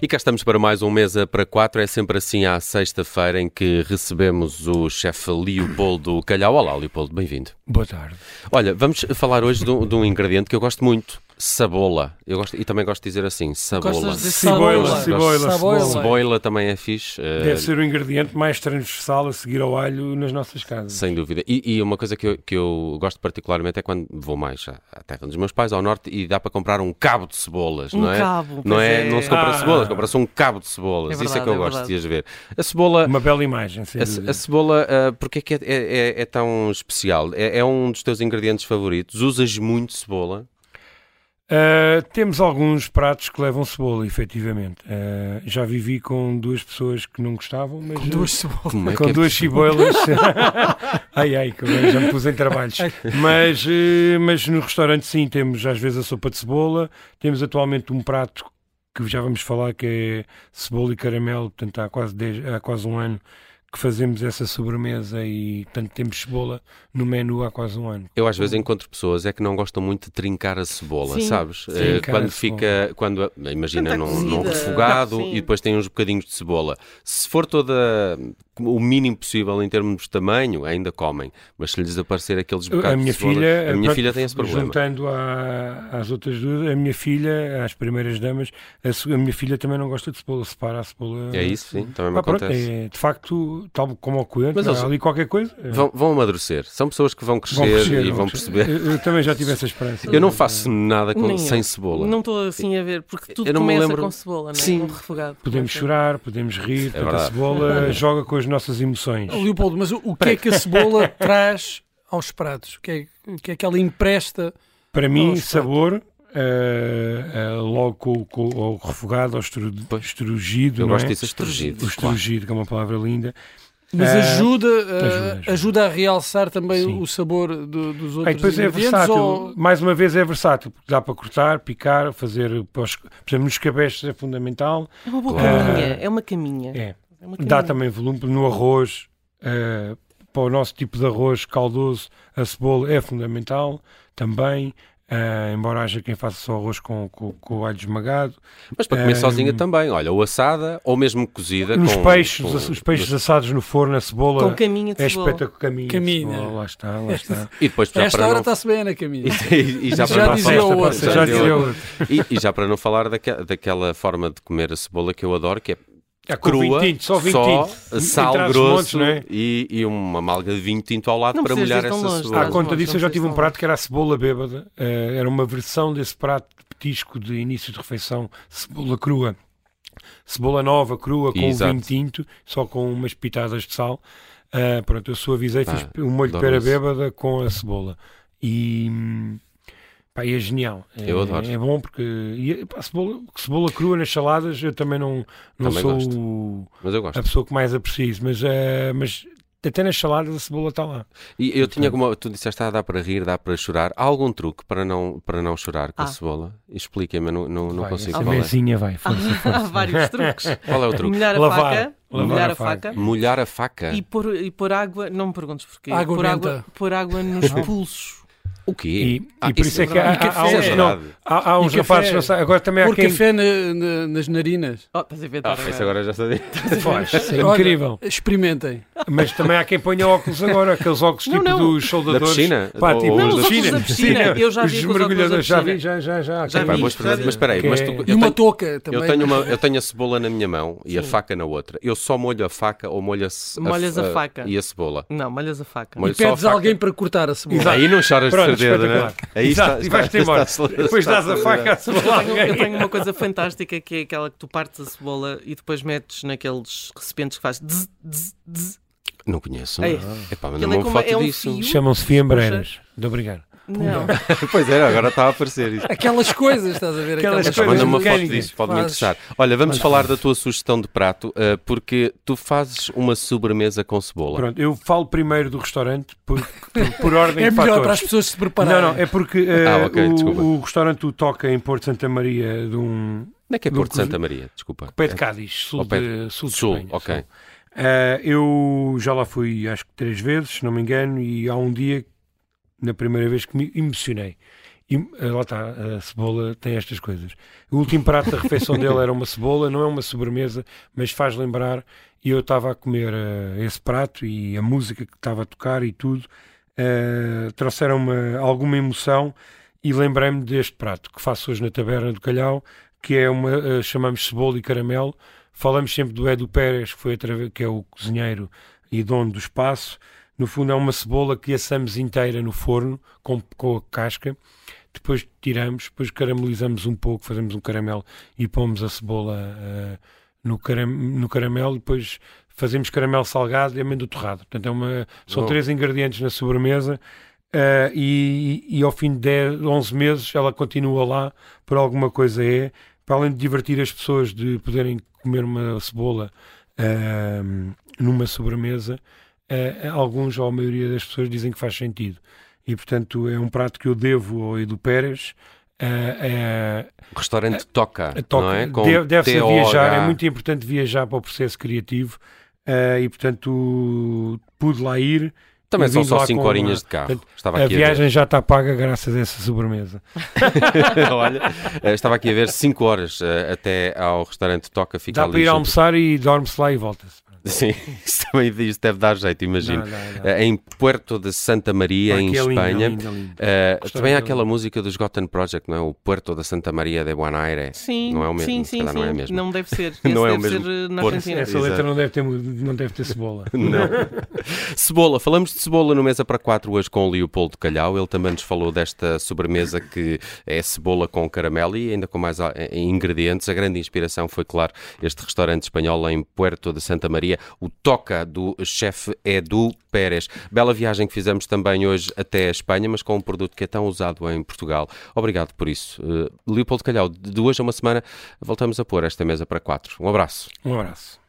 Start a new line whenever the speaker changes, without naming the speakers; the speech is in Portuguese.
E cá estamos para mais um Mesa para Quatro. É sempre assim à sexta-feira em que recebemos o chefe Leopoldo Calhau. Olá, Leopoldo, bem-vindo.
Boa tarde.
Olha, vamos falar hoje de um, de um ingrediente que eu gosto muito. Sabola. Eu gosto, e também gosto de dizer assim, sabola.
Gostas de
Ciboila,
cebola?
ciboila,
Saboila.
cebola.
Boila também é fixe, eh,
Deve ser o ingrediente mais transversal a seguir ao alho nas nossas casas.
sem dúvida. E, e uma coisa que eu, que eu gosto particularmente é quando vou mais à, à terra dos meus pais, ao norte, e dá para comprar um cabo de cebolas,
Um
não é?
cabo,
Não,
pois
é,
é.
não se compra
Ah.
cebolas, compra-se um cabo de cebolas. Isso
É
é
verdade,
que eu
é
gosto
verdade.
de as ver. A cebola
Uma bela imagem, sem
A, ce-
dúvida.
a cebola, ah, porque é que é, é- é- é tão especial? É, é um dos teus ingredientes favoritos? Usas muito cebola?
Ah, temos alguns pratos que levam cebola, efetivamente. Ah, já vivi com duas pessoas que não gostavam, mas.
Com duas cebolas.
Como é que
com
é
duas
possível?
cibolas. ai, ai, que bem, já me pus em trabalhos. Mas, eh, mas no restaurante, sim, temos às vezes a sopa de cebola. Temos atualmente um prato que já vamos falar que é cebola e caramelo. Portanto, há quase, 10 há quase um ano que fazemos essa sobremesa e, portanto, temos cebola no menu há quase um ano.
Eu às vezes encontro pessoas é que não gostam muito de trincar a cebola,
Sim.
sabes? Ah,
Trincar a
quando fica, quando a- imagina
Tanta
num,
cozida.
num refogado
Sim.
e depois tem uns bocadinhos de cebola. Se for toda o mínimo possível em termos de tamanho, ainda comem, mas se lhes aparecer aqueles bocados
a minha
Um de cebola,
filha,
a minha
pronto,
filha tem esse problema.
Juntando à- às outras duas, a minha filha, às primeiras damas, a, se- a minha filha também não gosta de cebola, separa a cebola.
É isso, sim, também me
Ah, pronto,
acontece.
é, de facto, tal como ao coentro,
Mas
não é?
eles-
ali qualquer coisa. é,
Vão, vão amadurecer. São pessoas que vão crescer,
vão crescer,
e
não
vão
crescer.
perceber.
Eu, eu também já tive essa esperança.
Eu não faço nada com-
Nem eu.
sem cebola.
Não estou assim a ver, porque tudo
Eu não me
começa
lembro-
com cebola, não é?
Sim.
Um refogado.
Podemos
Começa-
chorar, podemos rir, portanto, a
É verdade.
cebola joga com as nossas emoções.
Leopoldo, mas o, o que é que a cebola traz aos pratos? O que é, o que, é que ela empresta?
Para mim,
Nossa.
sabor, eh, eh, logo com, com- ao refogado, ao estru,
Pois.
estrugido,
Eu
não
gosto
é?
disso estrugido.
O estrugido, que é uma palavra linda.
Mas
Eh,
ajuda, eh,
ajuda, ajuda.
ajuda, a realçar também
Sim.
o sabor do- dos outros
Aí depois é
ingredientes?
versátil.
ou-
Mais uma vez é versátil. porque Dá para cortar, picar, fazer. para os- Por exemplo, nos cabestos é fundamental.
É uma boa
Claro.
caminha, é uma caminha.
É.
É uma
Dá
caminha.
também volume no arroz. eh, para o nosso tipo de arroz caldoso, a cebola é fundamental também. eh, embora haja quem faça só arroz com, com, com o alho esmagado.
Mas para comer
Ahm,
sozinha também, olha, ou assada ou mesmo cozida.
Ehm, Nos
É com-
peixes,
com-
os peixes assados no forno, a cebola
Com caminha de
é
cebola.
espetacular. Caminho, de
Caminho.
cebola, lá está, lá está.
E depois já
Esta
para
hora
tá-
não...
está-se bem na caminha.
E, e já
Já
para não
dizia
falar-
o outro.
já
Já
dizia
dizia
o outro.
outro.
E, e já para não falar daque- daquela forma de comer a cebola que eu adoro, que é
É com
crua,
vinho tinto, só vinho tinto. Entre
sal
as montes,
grosso
não é?
e, e uma malga de vinho tinto ao lado
Não
para
precisas
molhar
ir tão
essa
longe, tá?
cebola.
À
Claro,
conta
não,
disso,
não
eu já
sei
tive
se
um
não.
prato que era a cebola bêbada. Eh, era uma versão desse prato de petisco de início de refeição, cebola crua. Cebola nova, crua, com
Exato.
vinho tinto, só com umas pitadas de sal. Eh, pronto, eu suavizei, fiz
Ah,
um molho de
adoro
pera
isso.
bêbada com a cebola. E. hum, Pá, e é genial. É,
Eu adoro.
É bom porque. e, pá, cebola, cebola crua nas saladas, eu também não, não
Também
sou
gosto.
o-
Mas eu
a
gosto.
pessoa que mais aprecio, isso, mas, eh, mas até nas saladas a cebola está lá.
E eu tinha alguma. Tu disseste, ah, dá para rir, dá para chorar. Há algum truque para não, para não chorar com a
Ah.
cebola? Explica-me, eu não, não, não
Vai,
consigo
essa
falar.
mesinha vai, força,
Há
força.
vários truques.
Qual é o truque?
Molhar a
Lavar.
faca,
Lavar
molhar
a
a faca.
Molhar a faca.
E pôr, e pôr água, não me perguntes porquê,
Água
pôr, água,
benta.
pôr água nos pulsos.
O quê?
E, e por isso é que há,
verdade.
há, há
ah, Isso é
uns, não,
verdade.
há, há uns
E café.
rapazes, não sei, agora também há
Por
é quem...
café na- na- nas narinas.
Oh, estás a ver,
Ah,
estás a
isso
ver.
agora já sabia.
Pois, isso é
Olha,
incrível.
Experimentem.
Mas também há quem ponha óculos agora, aqueles óculos
Não,
tipo
não.
dos soldadores.
piscina?
Pá,
Ou-
tipo
ou
os
os
da
óculos
piscina.
da
piscina.
Sim,
Eu já
os
vi com os
mergulhadores,
óculos da
já vi, já,
piscina.
já, já.
Já
Epá,
Pá,
vi.
boas perguntas, mas espera aí, mas tu-
Que é-
eu,
E uma
tenho,
touca também. é?
eu tenho uma,
é?
eu tenho a cebola na minha mão e a faca na outra. Eu só molho a faca ou molho a, ce-
Molhas a faca.
e a cebola.
Não, molhas a faca.
Molho
E
só a
pedes a
faca.
alguém para cortar a cebola.
Aí não choras
Pronto,
de certeza, não é?
espetacular.
Aí
Exato, e vais-te embora. Depois dás a faca à
Eu
cebola.
tenho, eu tenho uma coisa fantástica que é aquela que tu partes a cebola e depois metes naqueles recipientes que faz dzz, dzz, dzz.
Não conheço.
Ei.
Epá,
Aquilo
manda-me
é
uma
como-
foto
é um
disso.
fio.
Chamam-se fiambreiras. Muito obrigado.
Não,
pois era, agora está a aparecer isso.
Aquelas coisas, estás a ver?
Aquelas
Epá, Manda-me Tá uma foto
mecânicas.
disso, pode-me
Fazes-
interessar. Olha, vamos falar da tua sugestão de prato, eh, porque tu fazes uma sobremesa com cebola.
Pronto, eu falo primeiro do restaurante por, por, por ordem
É
de
melhor para
fatores.
as pessoas se
Não,
prepararem.
não, é porque eh,
Ah, ok,
o-
desculpa.
o restaurante o toca em Porto Santa Maria de um,
Onde é que é
do
Porto de
cozi-
Santa Maria? Desculpa.
Pé de Cádiz, sul,
Ao pé
de, sul, de
Sul,
Espanha,
ok.
sul. Ah, eu já lá fui acho que três vezes, se não me engano, e há um dia, na primeira vez, que me emocionei. E eh, lá está, a cebola tem estas coisas. O último prato da refeição dele era uma cebola, não é uma sobremesa, mas faz lembrar. E eu estava a comer eh, esse prato e a música que estava a tocar e tudo eh, trouxeram-me alguma emoção e lembrei-me deste prato que faço hoje na Taberna do Calhau, que é uma, eh, chamamos cebola e caramelo. Falamos sempre do Edu Pérez, que, foi através- que é o cozinheiro e dono do espaço. No fundo, é uma cebola que assamos inteira no forno, com, com a casca. Depois tiramos, depois caramelizamos um pouco, fazemos um caramelo e pomos a cebola eh, no, caram no caramelo. Depois fazemos caramelo salgado e amêndoa torrada. Portanto, é uma, são
Bom.
três ingredientes na sobremesa. eh, e, e ao fim de 10, 11 meses ela continua lá, por alguma coisa é. Para além de divertir as pessoas de poderem comer uma cebola ahm, numa sobremesa, eh, alguns ou a maioria das pessoas dizem que faz sentido. E portanto é um prato que eu devo ao Edu Pérez. eh, eh,
Restaurante Toca,
a toca-
não é? Com
deve- Deve-se
TOH.
viajar, é muito importante viajar para o processo criativo. eh, e portanto pude lá ir.
Também
eu
são
vim
só
lá
5
com
horinhas de
uma-
carro.
portanto,
Estava
A
aqui a ver.
viagem já está paga graças a essa sobremesa.
Olha, eh, estava aqui a ver 5 horas eh, até ao restaurante Toca fica
Dá
ali
para ir
junto.
almoçar e dorme-se lá e volta-se.
Sim, isso também isso deve dar jeito, imagino.
Dá, dá, dá.
Eh, Em Puerto de Santa Maria,
Ah,
em
que é lindo, é
Espanha.
lindo, é lindo.
Eh,
Gostava
também há
dele.
aquela música dos Gotham Project, não é? O Puerto da Santa Maria de Buenaire.
Sim,
Não é o mesmo,
sim,
se
sim,
calhar não é
sim.
mesmo.
Não deve ser. Esse
Não é o
deve
mesmo
ser eh, na
Porto.
Argentina.
Essa letra não deve, ter, não deve ter cebola.
Não. cebola, falamos de cebola no Mesa para Quatro hoje com o Leopoldo Calhau. Ele também nos falou desta sobremesa que é cebola com caramelo e ainda com mais ah, eh, ingredientes. A grande inspiração foi, claro, este restaurante espanhol em Puerto de Santa Maria, o Toca do chefe Edu Pérez. Bela viagem que fizemos também hoje até a Espanha, mas com um produto que é tão usado em Portugal. Obrigado por isso. Eh, Leopoldo Calhau, de hoje a uma semana voltamos a pôr esta Mesa para Quatro. Um abraço.
Um abraço.